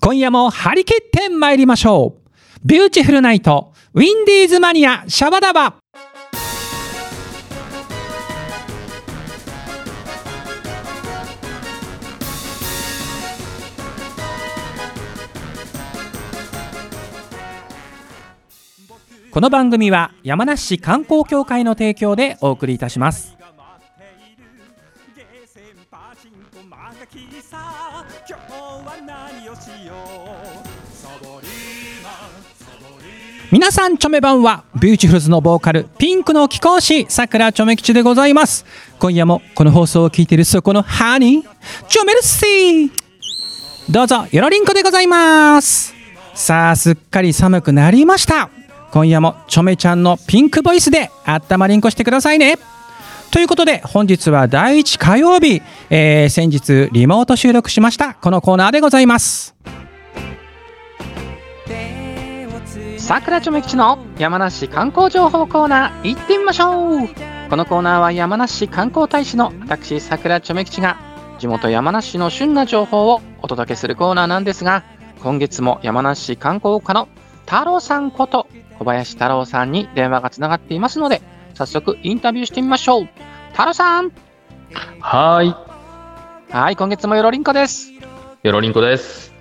今夜も張り切って参りましょうビューティフルナイトウィンディーズマニアシャバダバこの番組は山梨市観光協会の提供でお送りいたしますが待っているゲーセンパチンコマガキさ今日は何をしようサボリーマサボリー皆さん、チョメ版は、ビューティフルズのボーカル、ピンクの貴公子、さくらちょめ吉でございます。今夜も、この放送を聞いているそこのハニー、チョメルシーどうぞ、よろりんこでございます。さあ、すっかり寒くなりました。今夜も、チョメちゃんのピンクボイスで、あったまりんこしてくださいね。ということで、本日は第1火曜日、えー先日、リモート収録しました、このコーナーでございます。桜ちょめ吉の山梨観光情報コーナー行ってみましょうこのコーナーは山梨観光大使の私桜ちょめ吉が地元山梨の旬な情報をお届けするコーナーなんですが今月も山梨観光課の太郎さんこと小林太郎さんに電話がつながっていますので早速インタビューしてみましょう太郎さんはーい、はい今月もよろりんこですよろりんこです。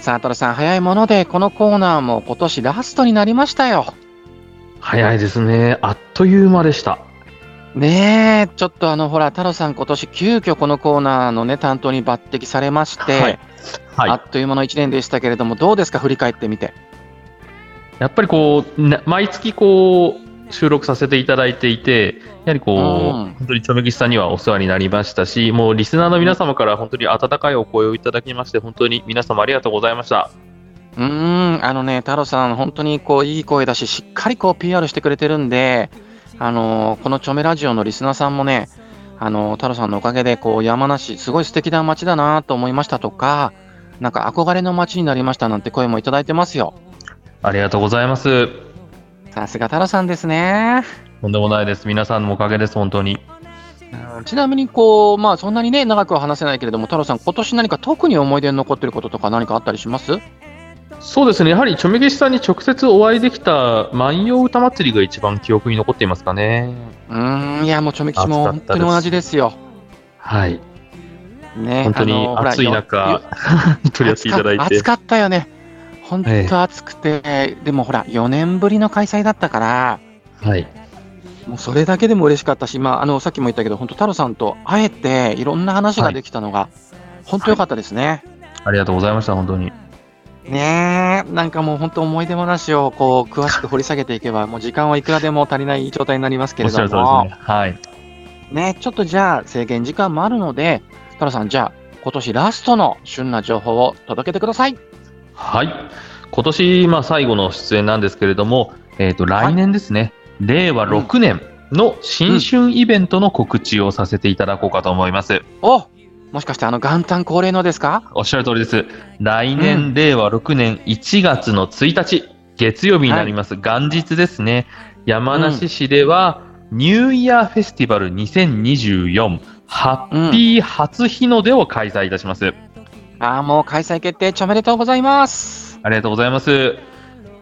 さあ太郎さん早いものでこのコーナーも今年ラストになりましたよ早いですね。あっという間でした。ねえ、ちょっとあの、ほら、太郎さん、今年急遽このコーナーのね、担当に抜擢されまして、はい。はいあっという間の1年でしたけれども、どうですか、振り返ってみて。やっぱりこう、な毎月こう、収録させていただいていて、やはりこう、うん本当にちょめきさんにはお世話になりましたし、もうリスナーの皆様から本当に温かいお声をいただきまして、本当に皆様ありがとうございました。うーん、あのね、太郎さん、本当にこう、いい声だし、しっかりこう、PR してくれてるんで、あのーこのチョメラジオのリスナーさんもね、あのー太郎さんのおかげで、こう、山梨、すごい素敵な街だなと思いましたとか、なんか憧れの街になりましたなんて声もいただいてますよ。ありがとうございます。さすが太郎さんですね。とんでもないです。皆さんのおかげです、本当に。うんちなみにこう、まあ、そんなにね長くは話せないけれども太郎さん今年何か特に思い出に残ってることとか何かあったりしますそうですね、やはりちょめきさんに直接お会いできた万葉歌祭りが一番記憶に残っていますかね。うーんいやもうちょめきちも暑か本った当ですに同じですよ。はい。ね、本当にあのほら暑いよ中、 取り扱っていただい暑かて暑。かったよね。本当暑くて、でもほら4年ぶりの開催だったからはい。もうそれだけでも嬉しかったし、まあ、あのさっきも言ったけど本当太郎さんと会えていろんな話ができたのが、本当良かったですね。ありがとうございました、本当に。ねえ、なんかもう本当思い出話をこう詳しく掘り下げて いけば、もう時間はいくらでも足りない状態になりますけおっれしゃどる通りですも、ね。はい。ねちょっとじゃあ制限時間もあるので、太郎さん、じゃあ今年ラストの旬な情報を届けてください。はい。今年、まあ、最後の出演なんですけれども、えっ、と、来年ですね、令和6年の新春イベントの告知をさせていただこうかと思います。おもしかしてあの元旦恒例のですかおっしゃる通りです。来う年、令和6年1月の1日、月曜日になります。元日ですね。山梨市では、ニューイヤーフェスティバル2024、ハッピー初日の出を開催いたします。ああ、もう開催決定、ちょめでとうございます。ありがとうございます。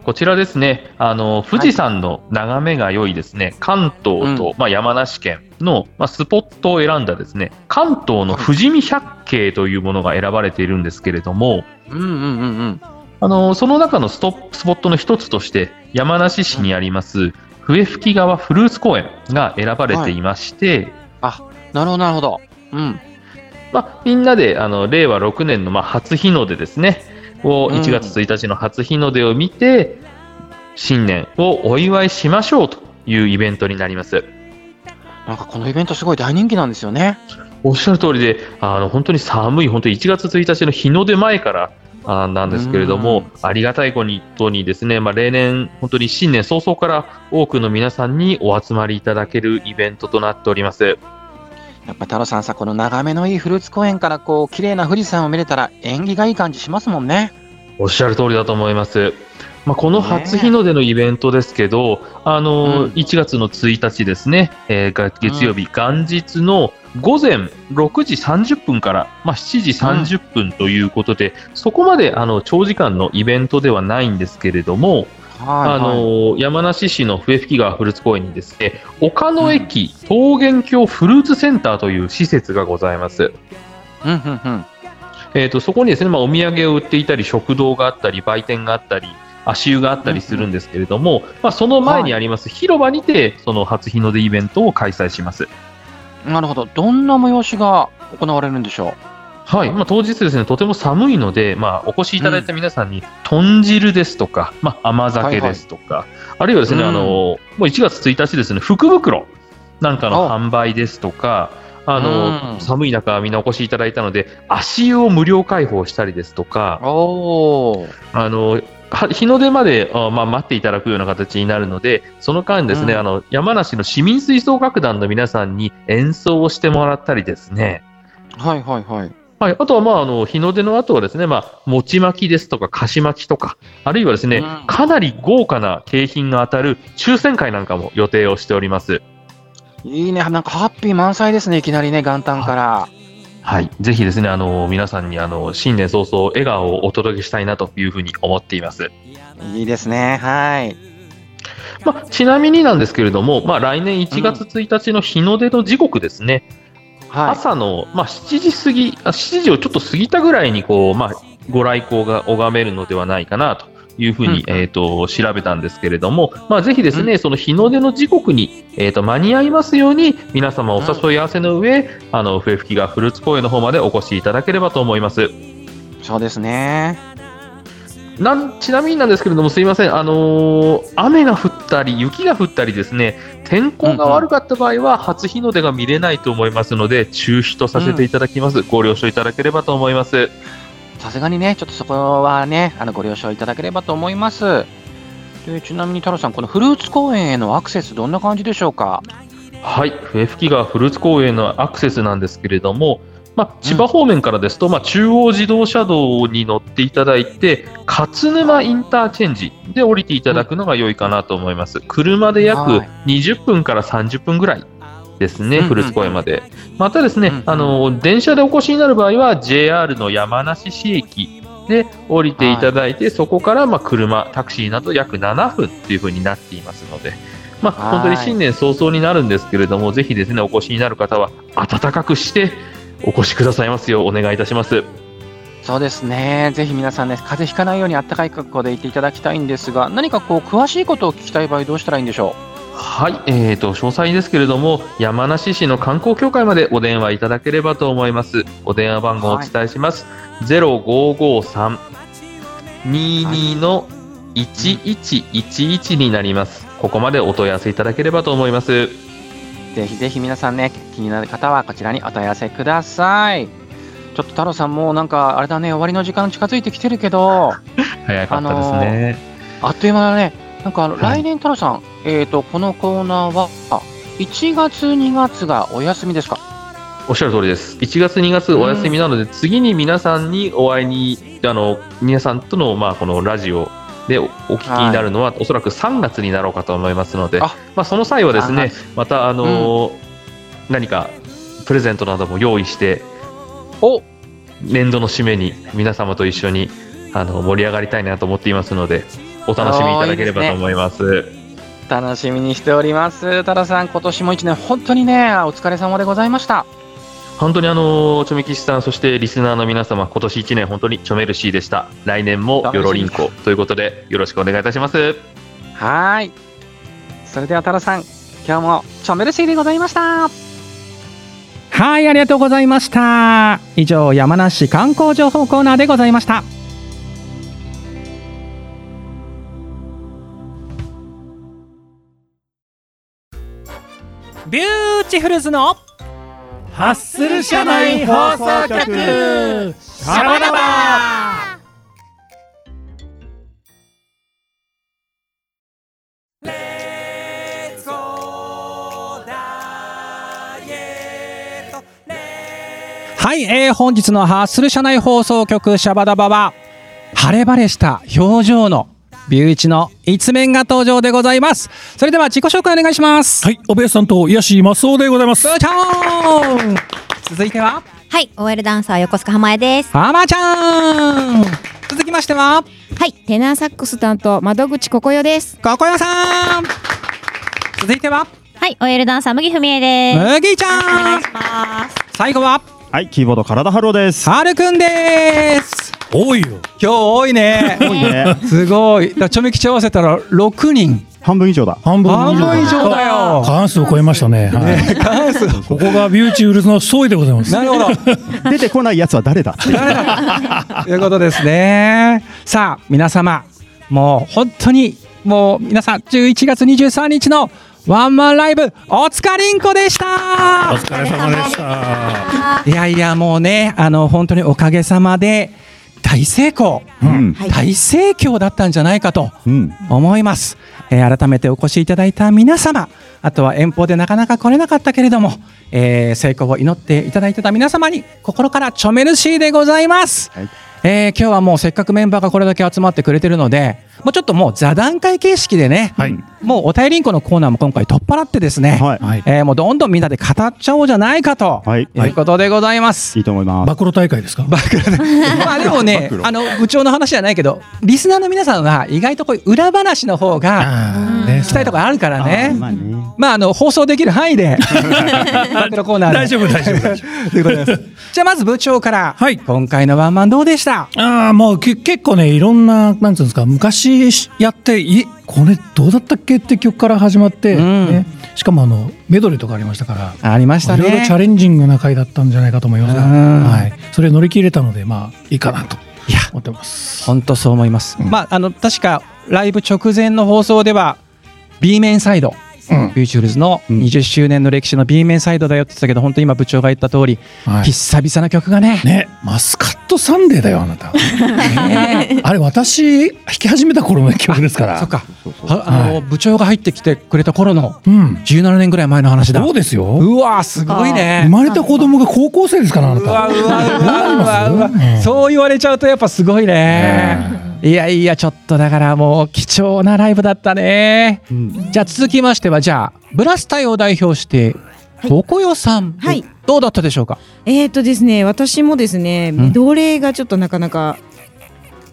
こちらですね、あの富士山の眺めが良いですね、関東と、まあ、山梨県の、まあ、スポットを選んだですね、関東の富士見百景というものが選ばれているんですけれども、うんうんうんうん。あのその中のストップスポットの一つとして、山梨市にあります笛吹川フルーツ公園が選ばれていまして、なるほど、なるほど。うん。まあ、みんなであの令和6年の、まあ、初日の出ですねをうん1月1日の初日の出を見て、新年をお祝いしましょうというイベントになりますなんかこのイベントすごい大人気なんですよね。おっしゃる通りであの本当に寒い本当に1月1日の日の出前からあなんですけれども、ありがたいことにですね、まあ、例年本当に新年早々から多くの皆さんにお集まりいただけるイベントとなっておりますやっぱ太郎さんさ、この眺めのいいフルーツ公園からこう、綺麗な富士山を見れたら縁起がいい感じしますもんね。おっしゃる通りだと思います。まあ、この初日の出のイベントですけど、あのーうん1月の1日ですね、えーが月曜日、元日の午前6時30分から、まあ、7時30分ということで、そこまであの長時間のイベントではないんですけれども、はい、あはい。の山梨市の笛吹川フルーツ公園にですね岡野駅桃源郷フルーツセンターという施設がございます、うん、うん、うん。えー、とそこにですね、まあ、お土産を売っていたり食堂があったり売店があったり足湯があったりするんですけれども、まあ、その前にあります広場にてその初日の出イベントを開催しますなるほど。どんな催しが行われるんでしょはい、まあ、当日ですね、とても寒いので、まあ、お越しいただいた皆さんに、豚汁ですとか、まあ、甘酒ですとか、あるいはですね、うんあの、もう1月1日ですね、福袋なんかのあ販売ですとか、あの、うん寒い中、みんなお越しいただいたので、足湯を無料開放したりですとう。か、おお。あの、は日の出まで、あまあ、待っていただくような形になるので、その間ですね、うんあの、山梨の市民吹奏楽団の皆さんに演奏をしてもらったりですね、はい、はい、はい。はい、あとは、まあ、あの日の出の後はですね、まあ、餅巻きですとか菓子巻きとかあるいはですね、うんかなり豪華な景品が当たる抽選会なんかも予定をしております、いいね。なんかハッピー満載ですね。いきなりね、元旦から。はい、ぜひですねあの皆さんにあの新年早々笑顔をお届けしたいなというふうに思っています、いいですね。はい。まあ、ちなみになんですけれども、まあ、来年1月1日の日の出の時刻ですね、はい。朝の、まあ、7時過ぎあ7時をちょっと過ぎたぐらいにこう、まあ、ご来光が拝めるのではないかなというふうに、うんえー、と調べたんですけれども、まあ、ぜひですね、その日の出の時刻に、えー、と間に合いますように皆様お誘い合わせの上、あの笛吹きがフルーツ公園の方までお越しいただければと思いますそうですね。なんちなみになんですけれどもすいません、あのー雨が降ったり雪が降ったりですね天候が悪かった場合は初日の出が見れないと思いますので中止とさせていただきます、ご了承いただければと思いますさすがにね、ちょっとそこはね、あのご了承いただければと思います。でちなみに太郎さん、このフルーツ公園へのアクセス、どんな感じでしょうかはい笛吹川フルーツ公園へのアクセスなんですけれども、まあ、千葉方面からですと、まあ、中央自動車道に乗っていただいて勝沼インターチェンジで降りていただくのが良いかなと思います車で約はい20分から30分ぐらいですね、うんうんフルーツ公園までまたですね、うんうんあの電車でお越しになる場合は JR の山梨市駅で降りていただいて、そこからまあ車タクシーなど約7分というふうになっていますので、まあ、はい本当に新年早々になるんですけれどもぜひですねお越しになる方は暖かくしてお越しくださいますようお願いいたします。そうですね、ぜひ皆さんね、風邪ひかないようにあったかい格好で行っていただきたいんですが、何かこう、詳しいことを聞きたい場合、どうしたらいいんでしょはい、えー、と詳細ですけれども山梨市の観光協会までお電話いただければと思いますお電話番号をお伝えします、0553 22の1111になりますここまでお問い合わせいただければと思いますう。ぜひぜひ皆さんね、気になる方はこちらにお問い合わせください。ちょっと太郎さん、もうなんか、あれだね、終わりの時間近づいてきてるけど、早かったですね、あっという間だね。なんかあの、はい来年、太郎さん、えー、とこのコーナーは、あ1月、2月がお休みですか。おっしゃる通りです1月2月お休みなので、次に皆さんにお会いにあの皆さんとの,、まあこのラジオでおお聞きになるのは、おそらく3月になろうかと思いますのであまあ、その際はですねまたあのー何かプレゼントなども用意してお年度の締めに皆様と一緒にあの盛り上がりたいなと思っていますのでお楽しみいただければと思います楽しみにしております。太郎さん、今年も1年、本当にね、お疲れ様でございました。本当にあのーチョメキシさんそしてリスナーの皆様今年1年本当にチョメルシーでした来年もよろりんこということでよろしくお願いいたしますはーい。それでは太郎さん、今日もチョメルシーでございました。はい、ありがとうございました。以上、山梨観光情報コーナーでございました。ビューティフルズのハッスル社内放送局シャバダバレッツゴーダイエットはい、えー本日のハッスル社内放送局シャバダバは晴れ晴れした表情のビューイチの一面が登場でございます。それでは自己紹介お願いします。はい、おべえさんと癒しマスオでございますブ。ーちゃん続いては、はい、OL ダンサー横須賀浜江です。ハマちゃん続きましてはは、い、テナーサックス担当窓口ここよです。ここよさん続いては、はい、OL ダンサー麦文江です。麦ちお願ゃいんします。最後は、はい、キーボード体ハローです。はるくんです多いよ。今日多いね多いね。 すごいだからちょめきち合わせたら6人半分以上 だ。半分半分以上だよ 過半数を超えましたね。はい。過半数ここがビューチウルズの総意でございます。なるほど出てこないやつは誰だ。誰だということですね。さあ皆様もう本当にもう皆さん11月23日のワンマンライブおつかりんこでした疲れ様でした。いやいやもうねあの本当におかげさまで大成功、うん。はい大盛況だったんじゃないかとうん。思います、えー改めてお越しいただいた皆様あとは遠方でなかなか来れなかったけれども、えー成功を祈っていただいてた皆様に心からチョメルシーでございます、はいえー今日はもうせっかくメンバーがこれだけ集まってくれてるのでもうちょっともう座談会形式でね、はい。もうお便りんこのコーナーも今回取っ払ってですね、はい。はい。えーもうどんどんみんなで語っちゃおうじゃないかと、、はいい。うことでございます。いいと思います。暴露大会ですか。ま あでもね暴露あの部長の話じゃないけどリスナーの皆さんは意外とこういう裏話の方がああ、ね。したいとかあるからね。まあね。まあ、あの放送できる範囲で。 暴露コーナーで大丈夫大丈夫大丈 ということです。じゃあ、まず部長から、はい今回のワンマンどうでした。夫。ああ、もうけ結構ね、いろんな、なんつうんですか、昔やって、いこれどうだったっけって曲から始まって、うんねしかもあの、メドレーとかありましたから、ありましたいろいろチャね。レンジングな回だったんじゃないかと思いますが、うんはい、それ乗り切れたので、まあ、いいかなといや思ってます。本当そう思います。うんまあ、あの、確かライブ直前の放送では。B 面サイド、うんビューチュールズのうん20周年の歴史の B 面サイドだよって言ってたけど、本当に今部長が言った通り、はい、久々な曲がね。ね、マスカットサンデーだよ、あなた。 ねあれ、私、弾き始めた頃の曲ですから。そっか、そうそう。ああの、はい部長が入ってきてくれた頃のうん。 17年ぐらい前の話だ。そうですよ。うわー、すごいね。生まれた子供が高校生ですから、あなうわた。うわうわうわうわそう言われちゃうとやっぱすごいね、いやいやちょっとだからもう貴重なライブだったねうん。じゃあ続きましてはじゃあブラス隊を代表してはいここよさん、はいどうだったでしょうかえー、とですね、私もですね、ん奴隷がちょっとなかなか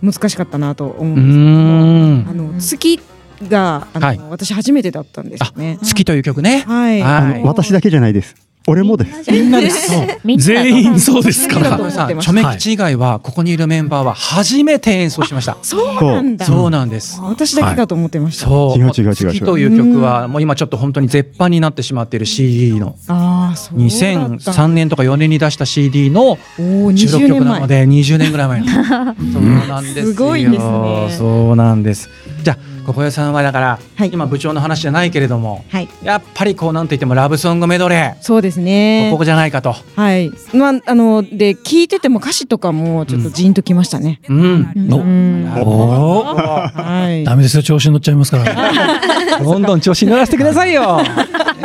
難しかったなと思うんうーですけど、あんの月があの、はい私初めてだったんですよね「。月」という曲ね、はい。ああはいの、私だけじゃないです。俺もです。みんなです。みんなだと思う全員そうですかみんなだことら。思れうさチョメ吉以外はここにいるメンバーは初めて演奏しました、そうなんだ。そうなんです私だけだと思ってました。そう違う違う違う違う月という曲はもう今ちょっと本当に絶版になってしまっている CD のああ、そうだった。 2003年とか4年に出した CD のおお、収20録曲年なの前。で20年 ぐらい前のそうなんですよすごいですねそうなんですじゃあここよさんはだから、はい今部長の話じゃないけれどもはい。やっぱりこうなんといってもラブソングメドレそうですーね。ここじゃないかと、はい。まあ、あの、で、聞いてても歌詞とかも、ちょっとジーンときましたね。 うん、おうんおーはい。ダメですよ、調子に乗っちゃいますから。 どんどん調子に乗らせてくださ いよ、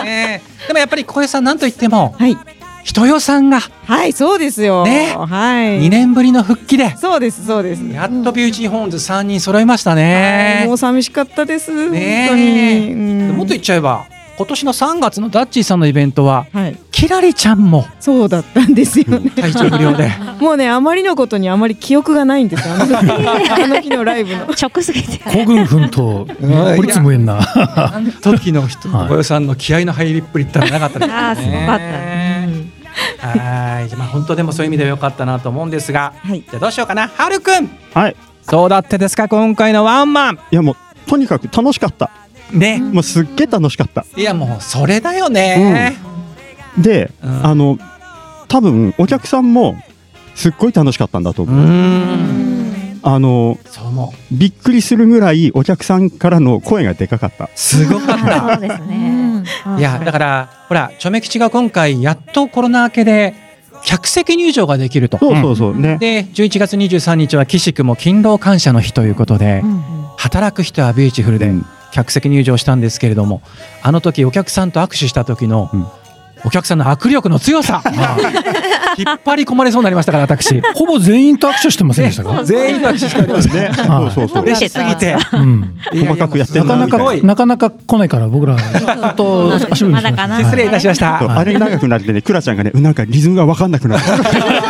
ねえでもやっぱりここよさんなんといってもはい。人よさんがはい、そうですよ。ねはい。 2年ぶりの復帰でそうです、そうです。やっとビューティーホーンズ3人揃いましたはいねもう寂しかったです。ねえ本当に。うんもっと言っちゃえば今年の3月のダッチーさんのイベントははい。キラリちゃんもそうだったんですよね。体調不良でもうね、 あまりのことにあまり記憶がないんですよ。あの時あの日のライブの。直すぎて。孤軍奮闘。孤立無縁な。 あの時の人はい小代さんの気合の入りっぷりったらなかったですあーすごかったねはいまあ本当でもそういう意味では良かったなと思うんですがはい。じゃあどうしようかなはるくんはい。どうだってですか今回のワンマンいやもう、とにかく楽しかった。ねもうすっげえ楽しかった。いやもうそれだよね、で、うんあの、多分お客さんもすっごい楽しかったんだとう思う。んあの、そう思うびっくりするぐらいお客さんからの声がでかかった。すごかったそうですね。いやだからほらチョメ吉が今回やっとコロナ明けで客席入場ができるとそうそうそうね。で11月23日は岸君も勤労感謝の日ということで、働く人はビューティフルうでん客席入場したんですけれどもあの時お客さんと握手した時の、うんお客さんの握力の 強さ引っ張り込まれそうになりましたから私ほぼ全員と握手してませんでしたか、全員の握手しかありませんね。はそそいううそう。嬉しすぎてうん、細かくやってなんかななみたいかなかなか来ないから僕らちょっと足踏みしまましただかな。失礼いたしましそうたあれ長くなってね、クラちゃんがね、なんかリズムが分かんなくなる。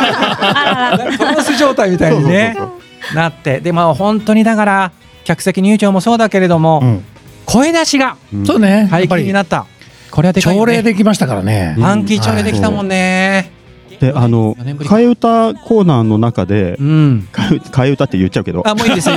あらら。トランス状態みたいにねそうそうなってでまあ本当にだから客席入場もそうだけれども、うん声出しがうんそうねやっ解ぱ禁にりなったこれはでかい朝よ礼ねできましたからね、うん暗記朝礼できたもんね、で、あの四年ぶ、りか替え歌コーナーの中で、うん替え替え歌って言っちゃうけど、あもういいですよ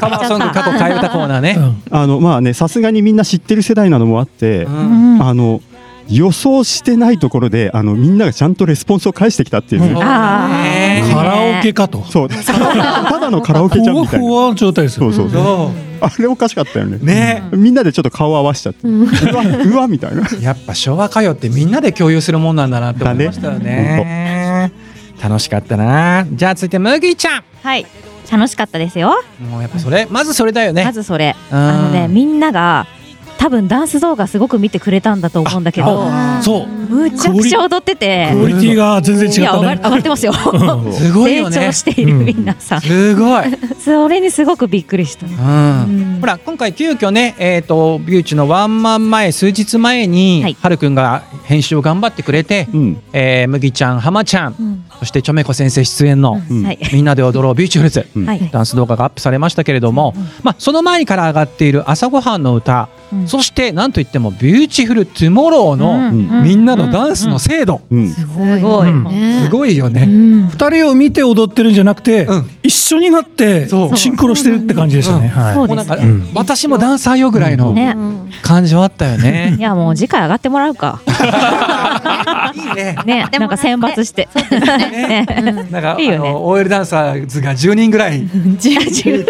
カバーソング過去替え歌コーナーうね、んあの、まあね、さすがにみんな知ってる世代なのもあってう、うんんあの、予想してないところで、あの、みんながちゃんとレスポンスを返してきたっていううねん。あねカラオケかとそう、ただのカラオケふじゃんわみたいふな。わの状態ですそようそうそう。そあれおかしかったよねう。ねみんなでちょっと顔合わしちゃって、うわ、うわみたいな。やっぱ昭和歌謡ってみんなで共有するもんなんだなって思いましたよね楽しかったなじゃあ続いて麦ちゃはい。楽しかったですよ。んもうやっぱそれまずそれだよねまずそれ。うんあのね、みんなが多分ダンス動画すごく見てくれたんだと思うんだけど、そうむちゃくちゃ踊ってて、クオリティが全然い違っやた上が上ねがってますよ。うんすごい成よ長ねしているうん皆さん。すごい、それにすごくびっくりした。うんうんほら今回急遽ねえっ、とビューチのワンマン前数日前に、ははいるくんが編集を頑張ってくれて、うん。えー、麦ちゃん浜ちゃんうんそしてちょめこ先生出演の、うんはい。みんなで踊ろうビューチフルズうんはい。ダンス動画がアップされましたけれども、まあ、その前から上がっている「朝ごはんの歌」うんそしてなんといっても「ビューチフルトゥモローのんみんなのダンスの精度、うん。すすごい。うんすごいようね。ん二人を見て踊ってるんじゃなくて、うん一緒になってそうシンクロしてるって感じでしたね、うんはいそうもうなんか、ですね私もダンサーよぐらいのね。感じはあったよねい。やもう次回上がってもらうか。いいね。ね。なんか選抜して。ね。なんかいいよねあの OL ダンサーズが10人ぐらい自由に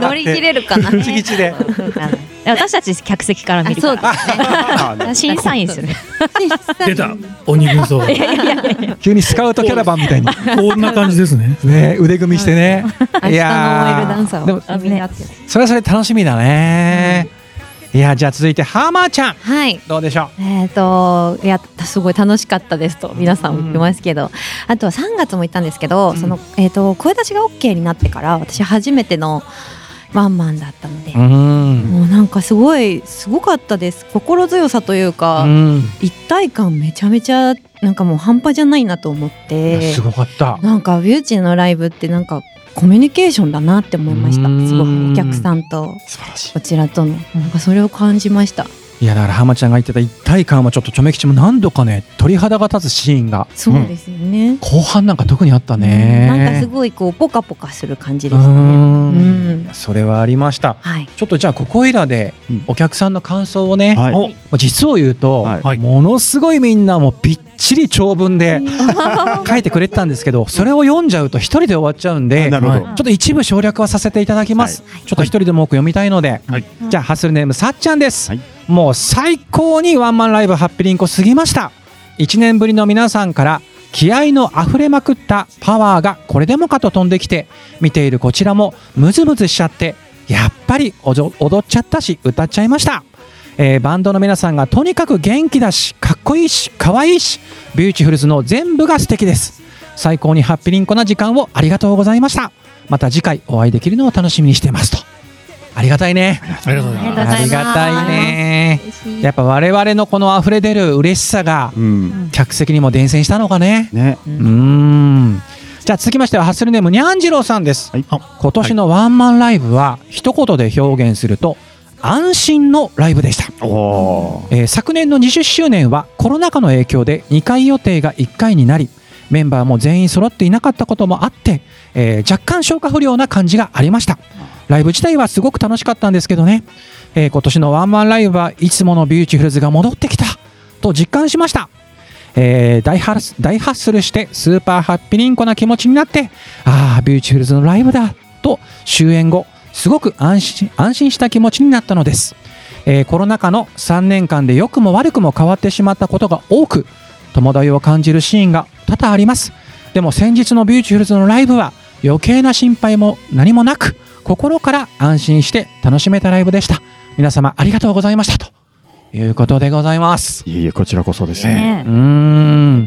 乗り切れるか な。ピチピチで私たち客席から見るから。あの審査員する。出た鬼 軍曹急にスカウトキャラバンみたいにこんな感じですねね腕組みしてね。いや明日の OL ダンサーをでもあみんなってそれはそれ楽しみだね。いやじゃあ続いてハマちゃんはい。どうでしょえっ、と、いや、すごい楽しかったですと、皆さんも言ってますけど、あとは3月も行ったんですけど、んその、えっ、と、声出しが OK になってから、私初めてのワンマンだったので、う。うん。もうなんかすごい、すごかったです。心強さというか、一体感めちゃめちゃ、なんかもう半端じゃないなと思っいやてす、ごかった。なんかビューチのライブってなんかコミュニケーションだなって思いました。うんすごいお客さんと、素晴らしい。こちらとの、なんかそれを感じました。いやだからハマちゃんが言ってた一体感はちょっとチョメ吉も何度かね鳥肌が立つシーンがそうですよね。後半なんか特にあったね。なんかすごいこうポカポカする感じでうしたね。んうんいやそれはありました。はい。ちょっとじゃあここいらでうんお客さんの感想をね、はいお実を言うと、はいものすごいみんなもうびっちり長文で 書いてくれてたんですけどそれを読んじゃうと一人で終わっちゃうんでなるほどちょっ。と一部省略はさせていただきます、ちょっと一人でも多く読みたいので、はいじゃあハッスルネームさっちゃんです、はいもう最高にワンマンライブハッピリンコすぎました1年ぶりの皆さんから気合のあふれまくったパワーがこれでもかと飛んできて見ているこちらもムズムズしちゃってやっぱりおど踊っちゃったし歌っちゃいました、えーバンドの皆さんがとにかく元気だしかっこいいしかわいいしビューティフルズの全部が素敵です最高にハッピリンコな時間をありがとうございましたまた次回お会いできるのを楽しみにしてますとありがたいねありがとうございありがとうございまますすありがたいねやっぱ我々のこの溢れ出る嬉しさがうん。客席にも伝染したのかねね。うーんじゃあ続きましてはハッスルネームにゃんじろうさんですはい。今年のワンマンライブは一言で表現すると安心のライブでしたおおえー昨年の20周年はコロナ禍の影響で2回予定が1回になりメンバーも全員揃っていなかったこともあって、えー若干消化不良な感じがありましたライブ自体はすごく楽しかったんですけどね、えー今年のワンマンライブはいつものビューティフルズが戻ってきたと実感しました、えー大ハルス大ハッスルしてスーパーハッピリンコな気持ちになってああビューティフルズのライブだと終演後すごく安心安心した気持ちになったのですえーコロナ禍の3年間で良くも悪くも変わってしまったことが多く戸惑いを感じるシーンが多々ありますでも先日のビューティフルズのライブは余計な心配も何もなく心から安心して楽しめたライブでした皆様ありがとうございましたということでございます。いえいえ、こちらこそですね。うね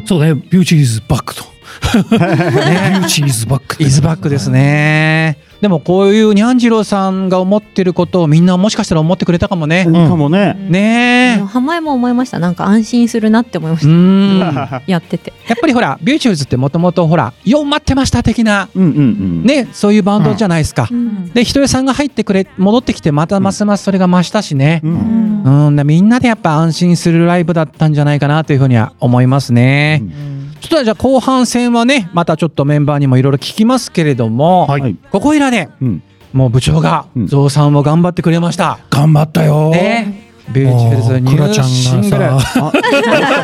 ーん。そうね、ビューチーズバックと。ビューチーズバック。イズバックです。ね。でもこういうにゃんじろうさんが思ってることをみんなもしかしたら思ってくれたかもね。かもね。あのね浜江も思いましたなんか安心するなって思いまえ。うしん。やたやっててっぱりほら、ビューチューズってもともとほら、よう待ってました的な、うんうんうん。ね、そういうバンドじゃないですか。うんで、ひとえさんが入ってくれ、戻ってきて、またますますそれが増したしねう。。うんんうん、でみんなでやっぱ安心するライブだったんじゃないかなというふうには思いますね。うんちょっとじゃあ後半戦はね、またちょっとメンバーにもいろいろ聞きますけれども、はいはい。ここいらで、うんもう部長がうんゾウさんを頑張ってくれました。頑張ったよ。ね。ビューチフルズニクュラーちゃシンんグル。がさ、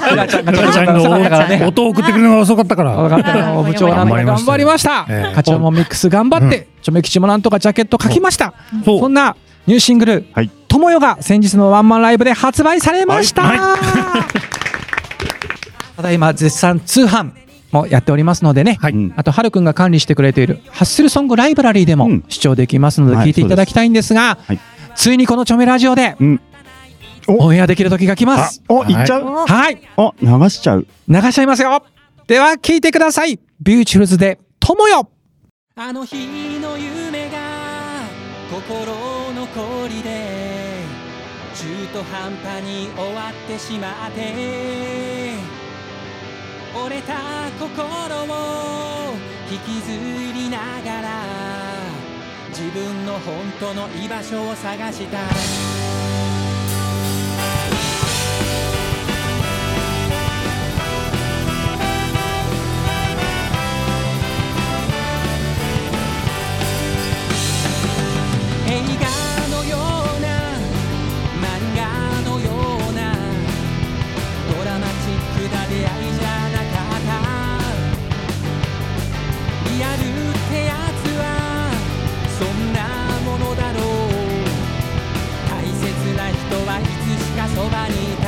クラちゃんがクラちゃんそうだからのね。音を送ってくれるのが遅かったか分ら。かったらもう部長なんとか頑張りました。ええ課長もミックス頑張って、ちょめ吉もなんとかジャケット書きました。そんなニューシングルはい「ともよ」が先日のワンマンライブで発売されました、はい ただいま絶賛通販もやっておりますのでね、はいうんあとはるくんが管理してくれているハッスルソングライブラリーでもうん視聴できますのではい聞いていただきたいんですが、そうですついにこのチョメラジオでうんおオンエアできる時が来ますお、行っちゃう。おはいお、流しちゃう。流しちゃいますよでは聞いてくださいビューチフルズで「ともよ」あの日の夢が心のりで中途半端に終わってしまって折れた心を引きずりながら自分の本当の居場所を探した映画のような漫画のようなドラマチックな出会いじゃなかったリアルってやつはそんなものだろう大切な人はいつしかそばにいた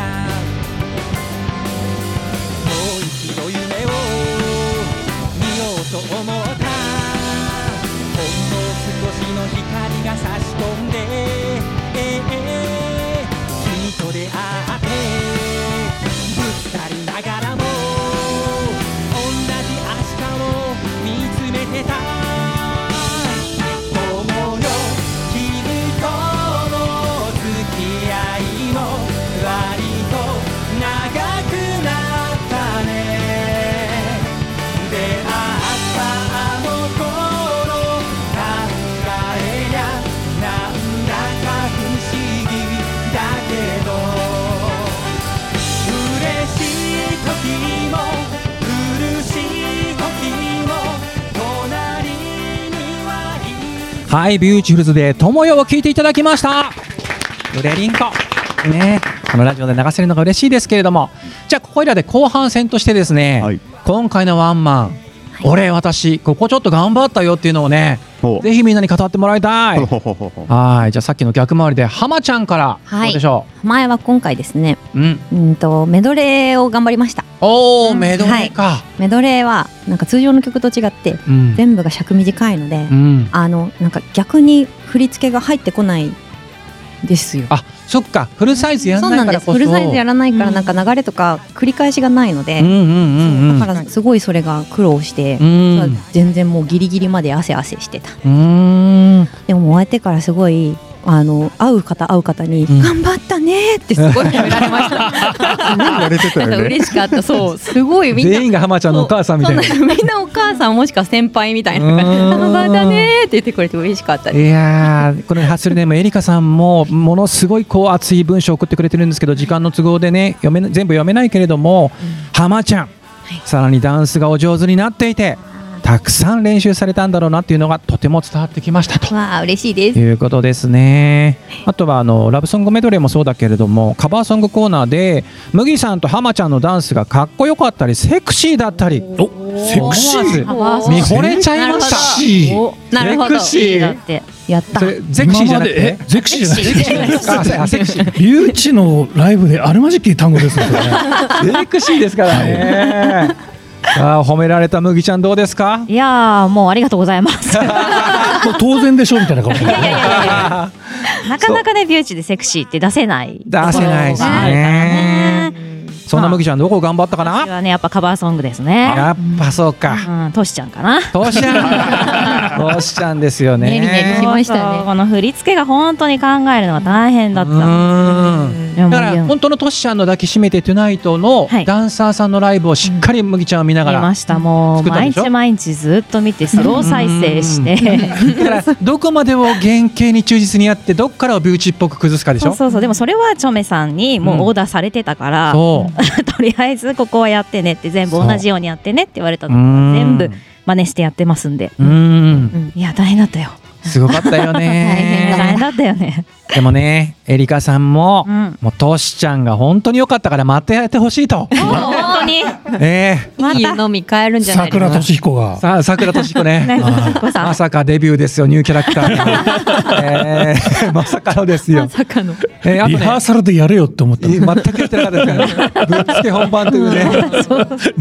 もう一度夢を見ようと思ったほんの少しの光が差し込んで、君と出会ってぶつかりながらも同じ明日を見つめてた思うよ君との付き合いも割と長くなったね出会ったあの頃考えりゃなんだか不思議だけど嬉しい時も苦しい時も隣にはいるはい、ビューチフルズで「ともよ」を聞いていただきました。ブレリンコ。ね、このラジオで流せるのが嬉しいですけれども、じゃあここいらで後半戦としてですね、はい今回のワンマン、俺私ここちょっと頑張ったよっていうのをね、ほうぜひみんなに語ってもらいたい。ほうほうほうほうはい、じゃあさっきの逆回りで浜ちゃんからはいどうでしょ前は今回ですねう。うん。うんとメドレーを頑張りましたおうーんメドレーか。メドレーはなんか通常の曲と違ってうん。全部が尺短いので、うん。あのなんか逆に振り付けが入ってこないですよ。あ、そっか、フルサイズやそらうなないんでからす。こそ。フルサイズやらないからうんなんか流れとか繰り返しがないので、うんうんうんうん。だからすごいそれが苦労してう、ん。全然もうギリギリまで汗汗してた。うん。でも終えてからすごいあの会う方会う方に、うん頑張ったねーってすごい褒められました。 言われてたなんかよね。嬉しかった。そうすごいみんな全員が浜ちゃんのお母さんみたいな。そうそうみんなお母さんもしくは先輩みたいなうーん頑張ったねーって言ってくれて嬉しかったですいやーこのハッスルネームエリカさんもものすごいこう熱い文章を送ってくれてるんですけど時間の都合でね読めな全部読めないけれども、ハマちゃん、さらにダンスがお上手になっていてたくさん練習されたんだろうなっていうのがとても伝わってきましたとわあ嬉しいです。いうことですねあとはあのラブソングメドレーもそうだけれどもカバーソングコーナーで麦さんとハマちゃんのダンスがかっこよかったりセクシーだったりお、セクシー。パワーソン見グ惚れちゃいましたセクシー。なるほど。セクシだーってやったそ。れゼクシーじゃなく今まてでえゼクシーじゃない。あせあセクシービューチのライブであるまじき単語ですよね。セクシーですからね。ああ褒められた麦ちゃんどうですか。い やーもうありがとうございますもう当然でしょみたいな顔してる。あなかなかねビューティーでセクシーって出せない出せないでところがあるすからね。そんな麦ちゃんどこ頑張ったか私なはねやっぱカバーソングですね。やっぱそうか。うん、トシちゃんかな。トシちゃん。トシちゃんですよねりねりねし。ましたねそうこの振り付けが本当に考えるのが大変だっうた。んでもだから見本当のトシちゃんの抱きしめてトゥナイトのはいダンサーさんのライブをしっかり麦ちゃんを見ながら。ました。もう作ったん毎でしょ日毎日ずっと見てスロー再生して。だからどこまでを原型に忠実にやってどっからをビューティーっぽく崩すかでしそうょ。そうそう。でもそれはチョメさんにもうオーダーされてたから、そ う。とりあえずここはやってねって全部そう同じようにやってねって言われたうの。ん全部。真似してやってますんで。うん。いや大変だったよ。すごかった よ大ね。変だったよね。でもね、エリカさんもう、ん。もうトシちゃんが本当に良かったからまたやってほし いと。本当に。ええいいのみ変えるんじゃないです桜か俊彦がさあ、桜俊彦 ね。彦さんまさかデビューですよ、ニューキャラク ター。えーまさかのですよ。坂のえーあとリハーね。サルでやれよって思ったえ全くやってなかったですから、 ね、ぶっつけ本番というね、ね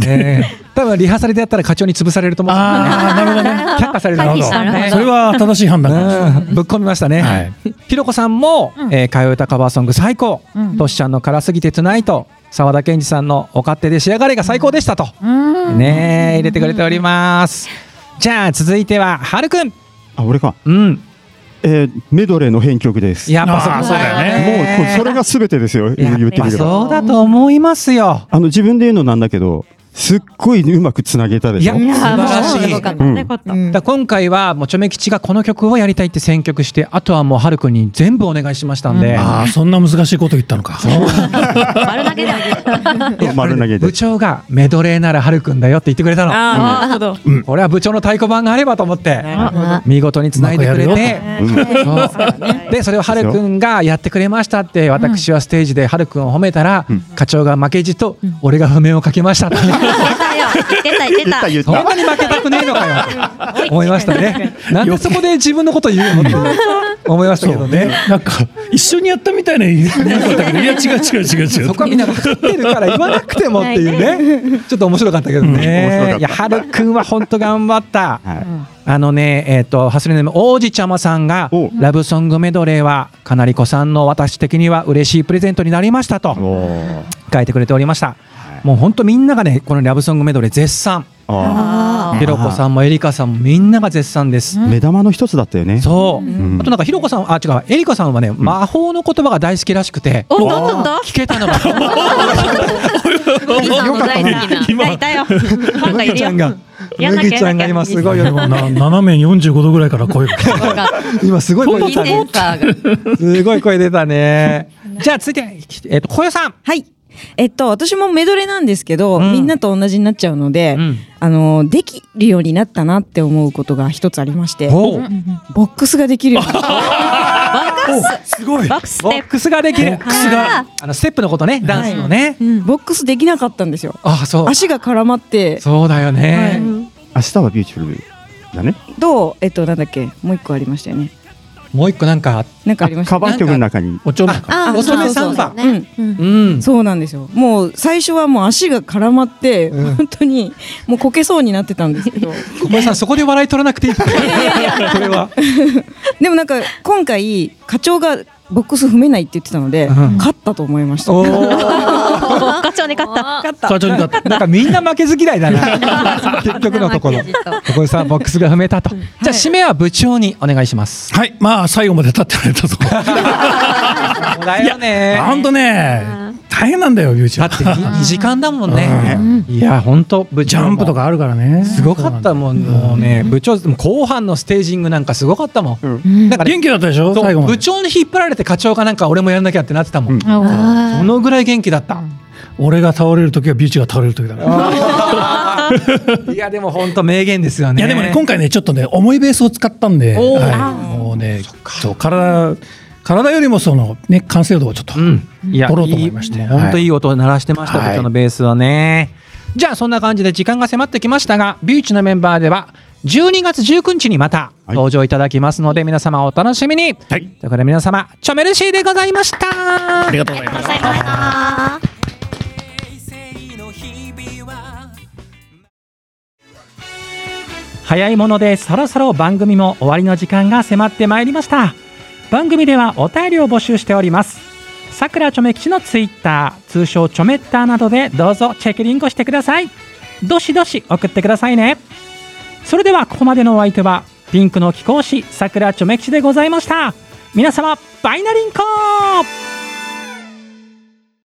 え多分リハーサルでやったら課長に潰されると思う、ああなるほどね却下されるとな思うるほなるほどどそれは正しい判断かもしれないうんぶっ込みましたね、はいひろこさんも、えー替え歌カバーソング最高、うんとしちゃんの「辛すぎてトゥナイト」澤田研二さんの「お勝手で仕上がれ」が最高でしたと、うん。ねえ入れてくれております、じゃあ続いてははるくんあ俺か、うんえーメドレーの編曲ですやっぱそこあーそうだよもうこれそれが全てですよ言っやってぱみればそうだと思いますよあの自分で言うのなんだけどすっごいうまくつなげたでしょいやあもう素晴らしすいごかっうたんよかった。だから今回はもうチョメ吉がこの曲をやりたいって選曲してあとはもうはるくんに全部お願いしましたんで、ああそんな難しいこと言ったのか丸投げだよ。いや丸投げで部長がメドレーならはるくんだよって言ってくれたのああ、なるほど。これは部長の太鼓判があればと思って見事につないでくれうまくてやうんそうでそれをはるくんがやってくれましたって私はステージではるくんを褒めたら、うん課長が負けじと俺が譜面をかけましたって出た出言ったた。言っそんたなに負けたくねえのかよって思いましたねなんでそこで自分のこと言うのって思いましたけどねなんか一緒にやったみたいな言い方だけどいや違う違う違う違うそこはみんな分かってるから言わ なくてもっていうね、ちょっと面白かったけど面白かねっ。たいや、はるくんは本当頑張った。はいあのね、えっ、と、ハスレネーム王子ちゃまさんがおう、ラブソングメドレーは、かなり子さんの私的には嬉しいプレゼントになりましたとおー書いてくれておりました。もう本当みんながね、このラブソングメドレー絶賛。ああひろこさんもエリカさんもみんなが絶賛です。ー目玉の一つだったよねそう。んあとなんかひろこさん、あ、違う、エリカさんはね、魔法の言葉が大好きらしくて、おっとっとっと聞けたのが。今の大好きな今いたよ。なんかい麦るちゃよん。がやんなきゃ麦ちゃんが今すごいよな斜めに45度ぐらいから声が 今すごい声いい出たセンねサーがすごい声出たねじゃあ続いてえっと小代さんはい。えっと、私もメドレーなんですけど、うんみんなと同じになっちゃうので、うんあの、できるようになったなって思うことが一つありまして、おうボックスができるようになった。すごいバックステボッップ。クスができるボックスがあのステップのことねダンスのねうんボックスできなかったんですよ。あそう足が絡まって、そうだよね明日はビューティフルだねどう、えっと、なんだっけ、もう一個ありましたよね。もう一個なんかなんかありましたカバン曲の中におちょめかそあう乙女そサうンそうバねうんそうなんですよ。もう最初はもう足が絡まって、うん本当にもうこけそうになってたんですけど、小林さんそこで笑い取らなくていいそれは でもなんか今回課長がボックス踏めないって言ってたので、うん勝ったと思いました。おー課長に勝った。あ課長にだっ てなんかみんな負けず嫌いだな結局のところ小林さんボックスが踏めたとじゃあ締めは部長にお願いしますはいまあ最後まで立ってら れたぞだよねほんとね大変なんだよビューチだュって2時間だもんね。いや、本当部ジ長ャもンプと。かあるからねすごかったもん、もうね、部長、後半のステージングなんかすごかったもん。だから、元気だったでしょそう最後まで部長に引っ張られて課長がなんか俺もやんなきゃってなってたもん。うんそのぐらい元気だった。俺が倒れる時はビューチュが倒れる時だからいや、でも本当名言ですよね。いやでもね今回ねちょっとね重いベースを使ったんで、おーはい、もうねそう体体よりもそのね完成度をちょっと、うん、いや、取ろうと思いましていい本当いい音を鳴らしてました、はい部長のベースはね。じゃあ、そんな感じで時間が迫ってきましたが、ビューチのメンバーでは、12月19日にまたはい登場いただきますので、皆様お楽しみに。はいということで、皆様、チョメルシーでございました。ありがとうございます早いものでそろそろ番組も終わりの時間が迫ってまいりました番組ではお便りを募集しておりますさくらちょめ吉のツイッター通称ちょめッターなどでどうぞチェックリンクしてくださいどしどし送ってくださいねそれではここまでのお相手はピンクの貴公子さくらちょめ吉でございました皆様バイナリンコー